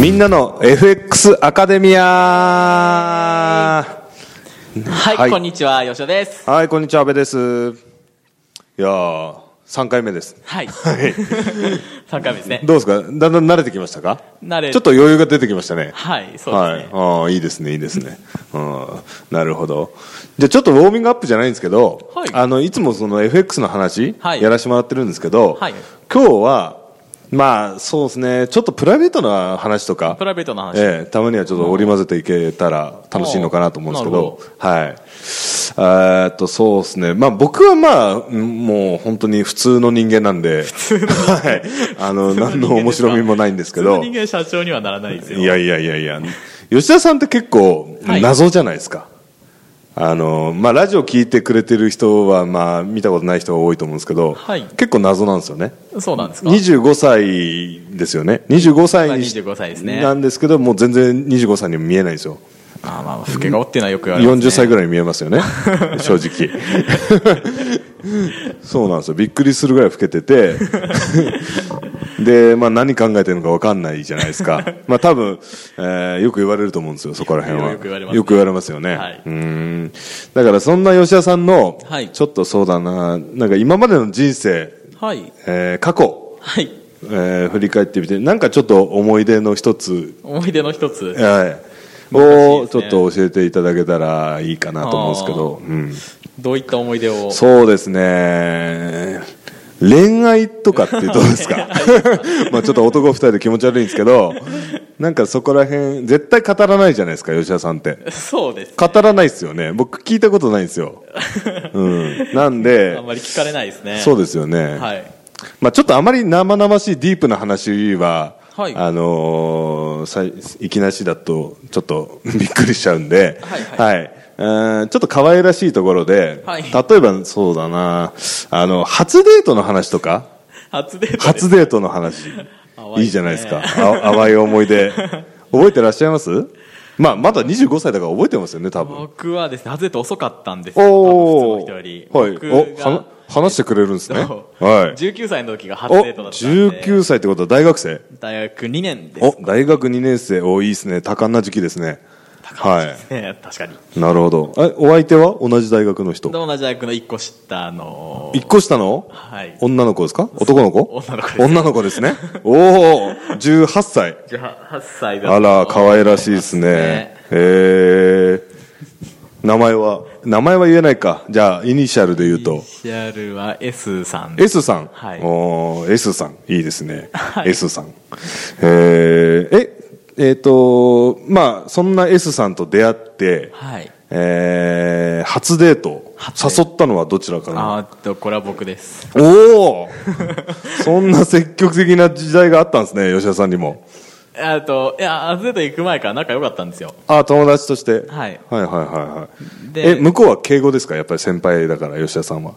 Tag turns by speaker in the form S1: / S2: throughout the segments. S1: みんなの FX アカデミア
S2: はい、
S1: はい
S2: こんにちは、よしおです。
S1: はい、こんにちは、阿部です。いやー、3回目です。
S2: はい。
S1: い
S2: 3回目ですね。
S1: どうですかだんだん慣れてきましたか
S2: 慣れ
S1: ちょっと余裕が出てきましたね。
S2: はい、そう
S1: は
S2: で
S1: い
S2: す。ね。
S1: ああ、いいですね、いいですね。うん、なるほど。じゃあちょっとウォーミングアップじゃないんですけど、
S2: はい
S1: あの、いつもその FX の話、
S2: はい
S1: やらせてもらってるんですけど、
S2: はい
S1: 今日は、まあ、そうですね、ちょっとプライベートな話とか
S2: プ、ライベートの話。
S1: ええ、たまにはちょっと織り交ぜていけたら楽しいのかなと思うんですけど、はい。えーっと、そうですね。まあ僕はまあ、んもう本当に普通の人間なんで、はい。あの、何の面白みもないんですけ
S2: 普通
S1: ど、
S2: の
S1: い
S2: 人間社長にはならないですよ。
S1: やいやいやいや、吉田さんって結構
S2: はい
S1: 謎じゃないですか。あの、まあラジオ聞いてくれてる人はまあ見たことない人が多いと思うんですけど、
S2: はい
S1: 結構謎なんですよね。
S2: そうなんですか
S1: 25歳ですよね25歳にし
S2: 25歳ですね
S1: なんですけどもう全然25歳にも見えないんですよ
S2: あーまあ、老け顔っていうのはよく言われます、ね。
S1: 40歳ぐらいに見え ますよね正直そうなんですよびっくりするぐらい老けて てで、まあ、何考えてるのか分かんないじゃないですかまあ多分、えーよく言われると思うんですよそこら辺は
S2: よく言われますね
S1: よく言われますよね、
S2: はい
S1: うんだからそんな吉田さんの、
S2: はい
S1: ちょっとそうだななんか今までの人生、
S2: はい。
S1: えー過去
S2: はい。
S1: えー振り返ってみてなんかちょっと思い出の一つ、
S2: 思い出の一つ。
S1: はい、を
S2: 難しいです
S1: ちょ
S2: ね
S1: っと教えていただけたらいいかなと思うんですけど、うん、
S2: どういった思い出を。
S1: そうですね恋愛とかってどうです か まあちょっと男二人で気持ち悪いんですけどなんかそこら辺絶対語らないじゃないですか吉田さんって
S2: そうです。
S1: 語らないですよね僕聞いたことないんですよ、うん、なんで
S2: あんまり聞かれないですね。
S1: そう
S2: で
S1: ですよね、
S2: はい。
S1: まあ、ちょっとあまり生々しいディープな話は、
S2: はい
S1: あのーさいいきなしだとちょっと びっくりしちゃうんで、
S2: はいは
S1: えーちょっと可愛らしいところで、
S2: はい
S1: 例えばそうだなあの初デートの話とか
S2: 初デートです。
S1: 初デートの話
S2: 淡いですね
S1: いいじゃないですかあ淡い思い出 覚えてらっしゃいます、まあ、まだ25歳だから覚えてますよね多分
S2: 僕はですね、初デート遅かったんですよ。
S1: お
S2: 多分普通の人
S1: ー
S2: より。
S1: はい
S2: 僕
S1: お
S2: が
S1: は話してくれるんですね
S2: そう
S1: はい
S2: 19歳の時が 初
S1: お
S2: デートだったんで。
S1: 19歳ってことは大学生
S2: 大学2年です
S1: お大学2年生おいいですね多感な時期ですねは
S2: ね。 確かに。
S1: いなるほどえお相手は同じ大学の人
S2: 同じ大学の1個下の。
S1: 1個下の
S2: はい。
S1: 女の子ですか男の子
S2: 女の子です
S1: 女の子です ねおお18歳
S2: 18歳だと
S1: あら可愛らしいですねへえ名前は名前は言えないかじゃあイニシャルで言う
S2: イニ
S1: と
S2: シャルは S さん
S1: S さん、
S2: はい
S1: おー S さんいいですね、
S2: はい
S1: S さんえーええっ、とまあそんな S さんと出会って、
S2: はい
S1: えー初デート
S2: 初デー
S1: 誘ったのはどちらかな
S2: あーっとこれは僕です
S1: おお そんな積極的な時代があったんですね吉田さんにも
S2: あといやアズレート行く前から仲良かったんですよ
S1: あ友達として、
S2: はい
S1: はいはいはいはい
S2: で
S1: え向こうは敬語ですかやっぱり先輩だから吉田さんは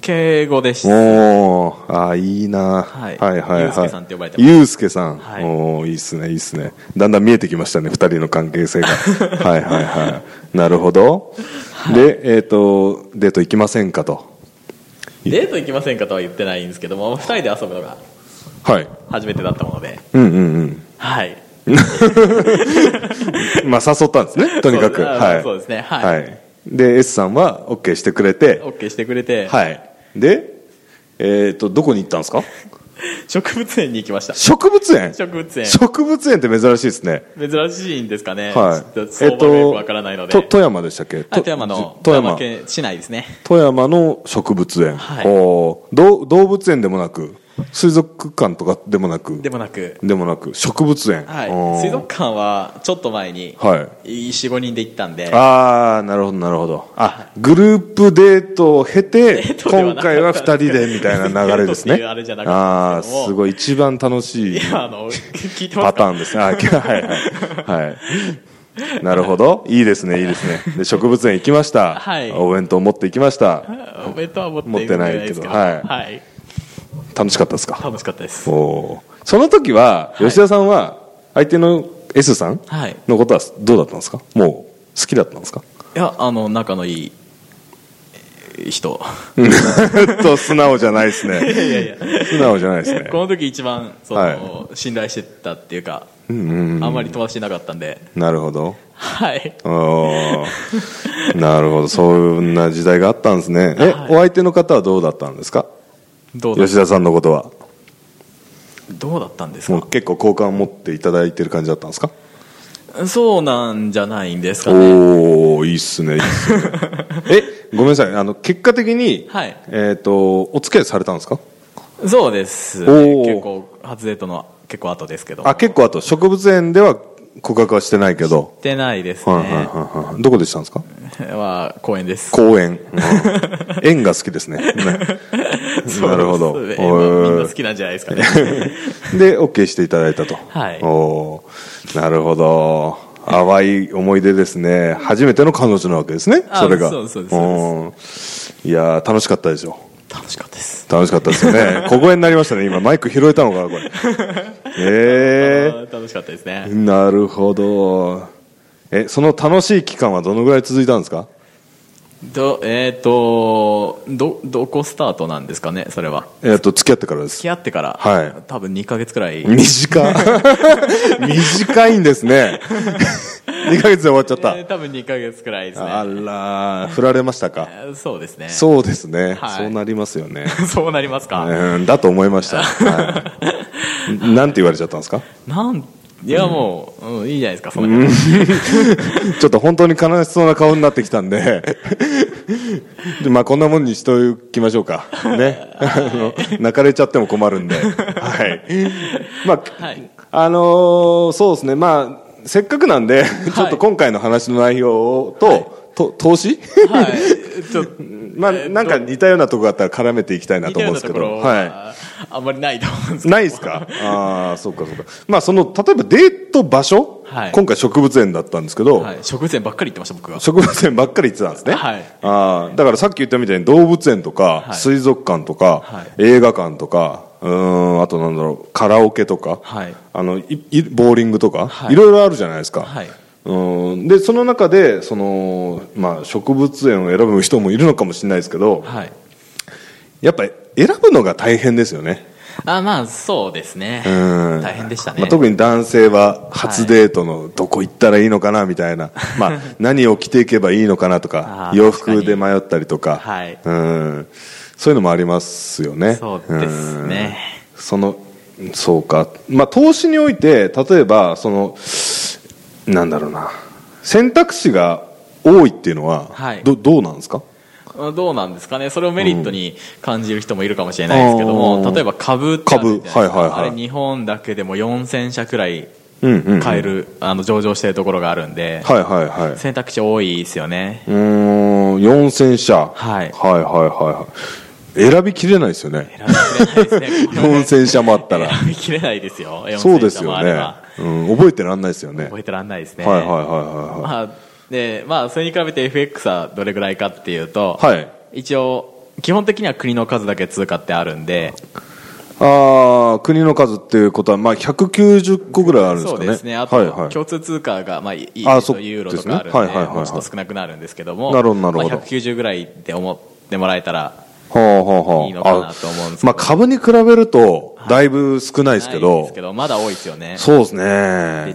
S2: 敬語でした
S1: おおあーいいな、
S2: はい
S1: はいはいはい
S2: ゆうすけさんって呼ばれてます
S1: ゆうすけさん、
S2: はい
S1: おーいいっすねいいっすねだんだん見えてきましたね二人の関係性 がはいはいはいなるほど、でえっ、とデート行きませんかと
S2: デート行きませんかとは言ってないんですけども2人で遊ぶのが
S1: はい
S2: 初めてだったもので
S1: うんうん
S2: はい
S1: うん まあ誘ったんですねとにかく
S2: そうあー
S1: はい
S2: そうですねはい
S1: で S さんは OK してくれて
S2: OK してくれて、
S1: はいでえっ、とどこに行ったんですか
S2: 植物園に行きました
S1: 植物園
S2: 植物園
S1: 植物園って珍しいですね
S2: 珍しいんですかね、
S1: はい
S2: ちょっと相場がよくわからないので、
S1: と富山でしたっけ
S2: あ富山の
S1: 富
S2: 富
S1: 山
S2: 山県市内ですね
S1: 富山の植物園、
S2: はい
S1: おーどう動物園でもなく水族館とかでもなく
S2: でもなく、
S1: でもなく植物園、
S2: は
S1: おー
S2: い、水族館はちょっと前に
S1: はい
S2: 45人で行ったんで
S1: ああなるほどなるほどあグループデートを経て
S2: ートではな
S1: 今
S2: かった
S1: 回は2人でみたいな流れです
S2: デート
S1: ね
S2: っていうあれじゃな
S1: あ
S2: かった
S1: あ
S2: んですけども
S1: ーすごい一番楽しい
S2: いやあの聞いてます
S1: パ
S2: か
S1: ターン ですね。あはいはいはい。なるほど。いいですね、いいですね。で、植物園行きました。
S2: はい
S1: お弁当持って行きました。
S2: お弁当は持って
S1: 持ってないけどはい
S2: はい、
S1: 楽しかったですか
S2: 楽しかったです
S1: おおー。その時は、
S2: い
S1: 吉田さんは、相手の S さん
S2: はいい
S1: のこと はどうだったんですかもう、好きだったんですか
S2: やあの仲のいい人
S1: っと素直じゃないですね。
S2: いやいや
S1: 素直じゃないですね
S2: こ。の時一番その、
S1: は
S2: 信頼してたっていうか、
S1: うんうん
S2: あんまり友達いなかったんで
S1: なるほど。
S2: はい
S1: ああ、なるほど。そんな時代があったんですね。え、
S2: はい
S1: お相手の方はどうだったんですか
S2: どうだ
S1: 吉田さんのことは。
S2: どうだったんです
S1: もう
S2: か
S1: 結構好感を持っていただいてる感じだったんですか
S2: そうなんじゃないんですかね
S1: おおいいっすね、いいっすね。え、ごめんなさい。あの、結果的に、
S2: はい
S1: えっと、お付き合いされたんですか
S2: そうです
S1: おー
S2: 結構初デートの結構後ですけど
S1: あ、結構あと、植物園では告白はしてないけど。
S2: してないですね
S1: はいはいはいはい。どこでしたんですか
S2: は公園 です
S1: 公園。うん園が好きですね。ね
S2: そう
S1: なるほど。
S2: そうです
S1: へ
S2: ねまあみんな
S1: ー
S2: 好きなんじゃないですかね
S1: で、OK していただいたと。
S2: はい
S1: おーなるほど。淡い思い出ですね。初めての彼女なわけですね。
S2: あ
S1: それが。
S2: そうですそうです
S1: うんいやー楽しかったでしょ。
S2: 楽しかったです
S1: 楽しかったですよ ね。小声になりましたね。今、マイク拾えたのかな、これ。え
S2: あー楽しかったですね
S1: ー、なるほど。え、その楽しい期間はどのぐらい続いたんですか
S2: どえっ、とどどこスタートなんですかねそれは
S1: えっ、と、付き合ってからです
S2: 付き。合ってから、
S1: はい
S2: 多分2ヶ月くらい
S1: 短 短いんですね 2ヶ月で終わっちゃった、
S2: えー多分2ヶ月くらいです
S1: あ
S2: ね
S1: らー振られましたか
S2: えーそうですね
S1: そうですね、
S2: はい
S1: そうなりますよね
S2: そうなりますか、
S1: うんだと思いま した、はいんなんて言われちゃったんですか
S2: なんいやもう、うんいいじゃないですかその辺は
S1: ちょっと本当に悲しそうな顔になってきたんで でまあこんなもんにしておきましょうか ねあの泣かれちゃっても困るんではいまあ、
S2: はい
S1: あのーそうですね、まあ、せっかくなんで、ちょっと今回の話の内容と、と投資
S2: はいちょっと
S1: まあ、なんか似たようなとこがあったら絡めていきたいな
S2: 似
S1: と
S2: た
S1: 思う
S2: よ
S1: んです
S2: うなと
S1: け
S2: ころ
S1: ど、
S2: は、
S1: は
S2: あんまりないと思うんです
S1: い。
S2: けど
S1: ないですかああ、そうかそうか。まあ、その、例えばデート場所、
S2: はい
S1: 今回植物園だったんですけど、
S2: はい、植物園ばっかり行ってました僕は
S1: 植物園ばっかり行ってたんですね、
S2: はい
S1: あーだからさっき言ったみたいに動物園とか、
S2: はい
S1: 水族館とか、
S2: はい
S1: 映画館とかうーんあとなんだろうカラオケとか、
S2: はい
S1: あのいいボーリングとか、、
S2: はいい
S1: ろいろあるじゃないですか、
S2: はいう
S1: ーんでその中でその、まあ、植物園を選ぶ人もいるのかもしれないですけど、
S2: はい
S1: やっぱり選ぶのが大変ですよね
S2: あまあそうですね
S1: うん
S2: 大変でしたね、
S1: まあ、特に男性は初デートのどこ行ったらいいのかなみた いな、まあ、何を着ていけばいいのかなとか
S2: あー
S1: 洋服で迷ったりとか
S2: はい
S1: うん、そういうのもありますよね
S2: そうですね
S1: うんそのそうか、まあ、投資において例えばそのなんだろうな選択肢が多いっていうのは、
S2: はい
S1: どどうなんですか
S2: まあどうなんですかね、それをメリットに感じる人もいるかもしれないですけども、
S1: うん
S2: 例えば株ってあるじゃないですか
S1: 株はいはいはい
S2: あれ、日本だけでも4000社くらい
S1: うんうんうん
S2: 買える、あの上場しているところがあるんで、
S1: はいはいはい
S2: 選択肢多いですよね、
S1: うーん4000社、
S2: はい
S1: はいはいはいはい選びきれないですよね
S2: 選びきれないですね、
S1: 4000社もあ ったら
S2: 選びきれないですよ、
S1: そう
S2: 4000
S1: です
S2: 社
S1: よ
S2: もあ
S1: ね
S2: れば、、
S1: うん、覚えてらんないですよね
S2: 覚えてらんないですね。
S1: はいはいはいは
S2: まあでまあ、それに比べて FX はどれぐらいかっていうと、
S1: いはいはい
S2: 一応、基本的には国の数だけ通貨ってあるんで、
S1: あー国の数っていうことは、まあ、190個ぐらいあるんです
S2: そ
S1: か
S2: う
S1: ね
S2: ですね、あと、
S1: はいはい、
S2: 共通通貨が、まあ、いい
S1: あそう
S2: ユーロとかある
S1: で
S2: んで、
S1: すねはいはいはいはい
S2: もうちょっと少なくなるんですけども、
S1: なるほどなるほど
S2: まあ、190ぐらいで思ってもらえたら、
S1: はあはあはあ
S2: いいのかなと思うんですけど
S1: あまあ、株に比べるとだいぶ少ないですけ
S2: ない
S1: ど,、
S2: ですけどまだ多いですよね。
S1: そうですね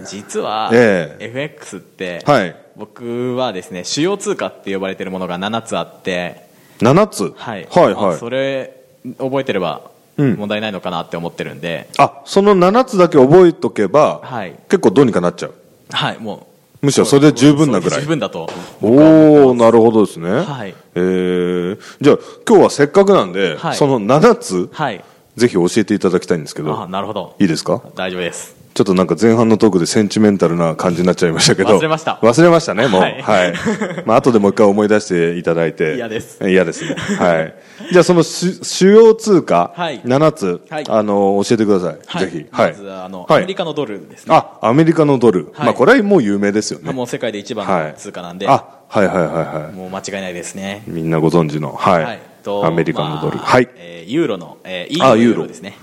S2: で実は、
S1: え
S2: FX って、
S1: はい
S2: 僕はですね、主要通貨って呼ばれてるものが7つあって、
S1: 7つ、
S2: はい、
S1: はい
S2: ま
S1: は
S2: あ
S1: い
S2: それ、覚えてれば
S1: うん
S2: 問題ないのかなって思ってるんで、
S1: あその7つだけ覚えとけば、
S2: はい
S1: 結構どうにかなっちゃう
S2: はい、もう、
S1: むしろそれで十分なぐらい
S2: 十分だと、
S1: おおなるほどですね、
S2: はい
S1: えーじゃあ今日はせっかくなんで、
S2: はい
S1: その7つ、
S2: はい、
S1: ぜひ教えていただきたいんですけ
S2: あ
S1: ど
S2: なるほど、
S1: いいですか
S2: 大丈夫です。
S1: ちょっとなんか前半のトークでセンチメンタルな感じになっちゃいましたけど
S2: 忘れました
S1: 忘れましたねもうは、
S2: はいい
S1: まあ後でもう一回思い出していただいて
S2: 嫌です
S1: 嫌ですねはいじゃあその主主要通貨
S2: はい
S1: 7つ、
S2: はい
S1: あの教えてください、
S2: はい、
S1: ぜひ
S2: まずあの、
S1: はい
S2: アメリカのドルですね。
S1: あアメリカのドル、
S2: はい
S1: まあこれはもう有名ですよね
S2: もう世界で一番
S1: はい
S2: の通貨なんで、
S1: あはいはいはいはい
S2: もう間違いないですね。
S1: みんなご存知のはい、
S2: はいと
S1: アメリカのドル、
S2: まあ
S1: はい
S2: えーユーロの、えー、EU
S1: あ
S2: のユ
S1: ユー
S2: ー
S1: ロ
S2: ロですね。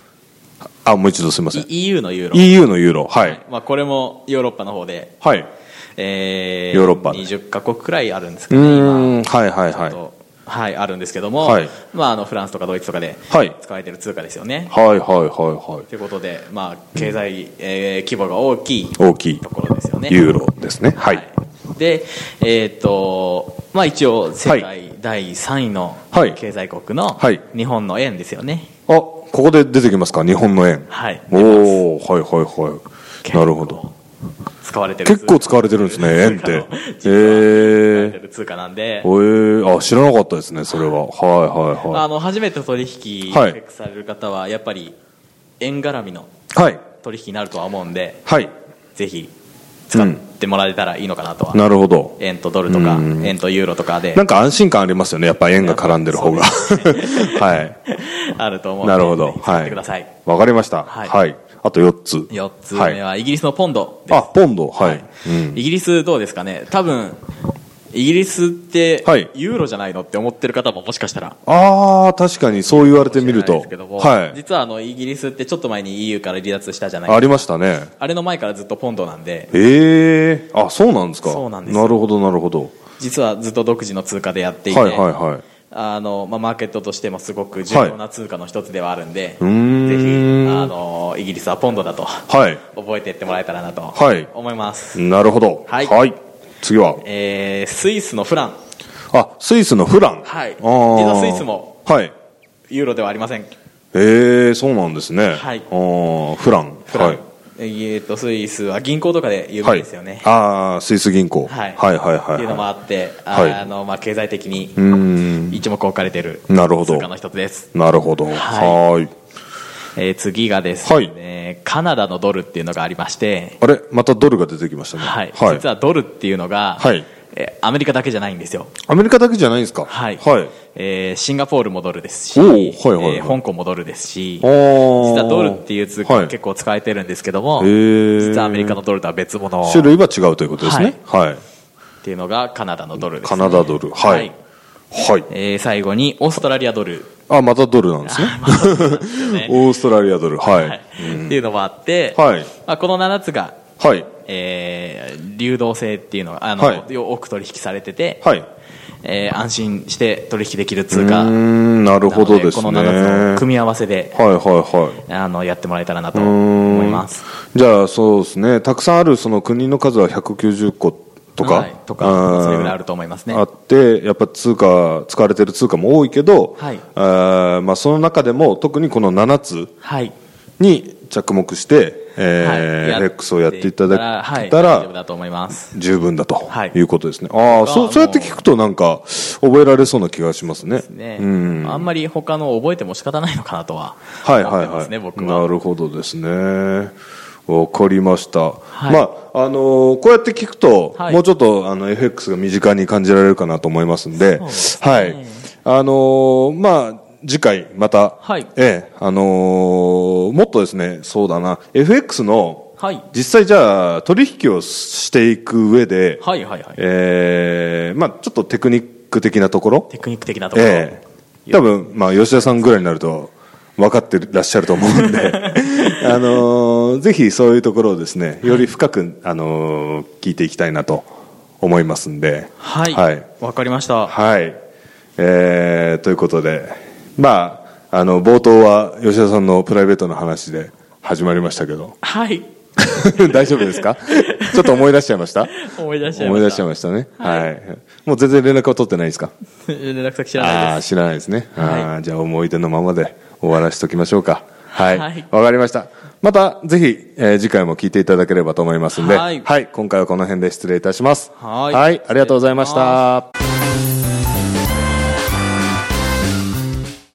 S1: あもう一度すみません
S2: E- EU のユーロ。
S1: EU のユーロはい、
S2: まあ、これもヨーロッパの方で、
S1: はい、
S2: え
S1: ヨーロッパで
S2: 20カ国くらいあるんですけ
S1: う
S2: ど、
S1: ーんはいはいはい
S2: 今とはい、あるんですけども、
S1: はい
S2: まあ、あのフランスとかドイツとかで
S1: はい
S2: 使われてる通貨ですよね。
S1: はいはいはいはい
S2: ということで、まあ、経済、えー規模が大きい
S1: 大きい
S2: ところですよね。
S1: ユーロですねはい
S2: で、えーっとまあ、一応世
S1: は
S2: 界第3位の
S1: はい
S2: 経済国の
S1: はい
S2: 日本の円ですよね。
S1: あここで出てきますか日本の円
S2: はい
S1: おおはいはいはいなるほど
S2: 使われてる
S1: 結構使われてるんですね円っ て
S2: え
S1: ええ
S2: 通貨なん
S1: え
S2: で、
S1: ー、あ知らなかったですねそれははい
S2: まあ、あ
S1: は
S2: の初めて取引
S1: はい
S2: チェックされる方はやっぱり円絡みの
S1: いはいはい
S2: 取引になるとは思うんで
S1: はい
S2: ぜひ使ってもらえたらいいのかなとは、
S1: なるほど
S2: 円とドルとか
S1: うん
S2: 円とユーロとかで
S1: なんか安心感ありますよねやっぱ円が絡んでる方が は
S2: あると思う
S1: い
S2: の
S1: な
S2: で
S1: るほど
S2: ぜひ使っ
S1: は
S2: て
S1: い
S2: ください、
S1: わかりました
S2: はい
S1: はいあと4つ
S2: 4つ目はイギリスのポンドです、
S1: あポンドはいうん
S2: イギリスどうですかね多分イギリスって
S1: はい
S2: ユーロじゃないのって思ってる方ももしかしたら
S1: あー確かにそう言われてみる
S2: 知らない
S1: と
S2: ですけども
S1: はい
S2: 実はあのイギリスってちょっと前に EU から離脱したじゃない
S1: ありましたね
S2: あれの前からずっとポンドなんで
S1: ええあそうなんですか
S2: そうなんですよ
S1: るほどなるほど
S2: 実はずっと独自の通貨でやっていて、
S1: はいはいはい
S2: あのまあ、マーケットとしてもすごく重要な通貨の一つではあるんで、
S1: うーん
S2: ぜひあのイギリスはポンドだと
S1: はい
S2: 覚えていってもらえたらなと
S1: はい
S2: 思います、
S1: なるほど
S2: はい
S1: 次は
S2: えースイスのフラン
S1: あスイスのフラン
S2: はい
S1: あー
S2: 実はスイスも
S1: はい
S2: ユーロではありません
S1: ええそうなんですね
S2: はい
S1: あーフラン
S2: フラン、
S1: はい
S2: えー、とスイスは銀行とかで有名ですよね、
S1: ああスイス銀行
S2: はい
S1: はいはいはい
S2: っていうのもあって、あ
S1: はい
S2: あのまあ、経済的に
S1: うーん
S2: 一目置かれてる
S1: なるほど
S2: 通貨の一つです、
S1: なるほど
S2: い
S1: はーい
S2: えー次がですね、カナダのドルっていうのがありまして、
S1: あれまたドルが出てきましたね
S2: はい実はドルっていうのが、
S1: はい
S2: えーアメリカだけじゃないんですよ、
S1: アメリカだけじゃないんですか
S2: はい
S1: はい
S2: えーシンガポールもドルですし、
S1: おーはいはいはい
S2: えー香港もドルですし
S1: あー
S2: 実はドルっていう通貨
S1: は
S2: が
S1: い
S2: 結構使えてるんですけども、
S1: へー
S2: 実はアメリカのドルとは別物
S1: 種類は違うということですねはい
S2: っていうのがカナダのドルです、
S1: カナダドルはいはい
S2: えー最後にオーストラリアドル
S1: あまたドルなんですね
S2: ですよ ね、
S1: オーストラリアドルは
S2: はい
S1: い
S2: っていうのもあって、
S1: はい
S2: まあ、この7つが、
S1: はい
S2: えー流動性っていうのがあの、
S1: はい
S2: よ多く取引されてて、
S1: はい
S2: えー安心して取引できる
S1: う
S2: 通貨
S1: ー
S2: なの
S1: んなる
S2: で
S1: ほどですね
S2: この7つの組み合わせで
S1: はいはいはい
S2: あのやってもらえたらなと
S1: うーん
S2: 思います
S1: じゃあそうですねたくさんあるその国の数は190個とか、
S2: はいとか
S1: うん
S2: それぐらいあると思いますね
S1: あってやっぱ通貨使われてる通貨も多いけど、
S2: はい
S1: あーまあ、その中でも特にこの7つ
S2: はい
S1: に着目して、えー
S2: はい
S1: FX をやっていただけた
S2: はい、大丈夫
S1: ら
S2: だと思います
S1: 十分だと
S2: はい
S1: いうことですね、ああ
S2: あ
S1: そ
S2: ー
S1: うそうやって聞くとなんか覚えられそうな気がしますね
S2: ね、
S1: うん
S2: あんまり他の覚えても仕方ないのかなとは思
S1: はい
S2: って
S1: はい
S2: ま
S1: はい
S2: すね、僕は
S1: なるほどですねわかりました、
S2: い
S1: まああのーこうやって聞くと、
S2: はい
S1: もうちょっとあの FX が身近に感じられるかなと思いますんで
S2: そうですね
S1: はいあのーまあ次回また、
S2: はい
S1: ええあのーもっとですねそうだな FX の
S2: はい
S1: 実際じゃあ取引をしていく上で、
S2: はいはいはい
S1: ええまあ、ちょっとテクニック的なところ
S2: テクニック的なところ、
S1: ええ多分まあ吉田さんぐらいになると分かってらっしゃると思うんで、あのーぜひそういうところをですねより深く、あのー聞いていきたいなと思いますんで
S2: はいわ、
S1: はい
S2: かりました、
S1: はいえーということでまああの冒頭は吉田さんのプライベートの話で始まりましたけど
S2: はい
S1: 大丈夫ですかちょっと思い出しちゃいました
S2: 思い出しちゃいました
S1: 思い出しちゃいましたね、はい、もう全然連絡は取ってないですか
S2: 連絡先知らない
S1: あ
S2: で
S1: ー
S2: す
S1: 知らないですね、あー
S2: は
S1: じゃあ思い出のままで終わらせておきましょうかはいわ、
S2: はい
S1: かりましたまたぜひ、えー次回も聞いていただければと思いますんで
S2: はい
S1: 今回はこの辺で失礼いたします
S2: はい
S1: ありがとうございました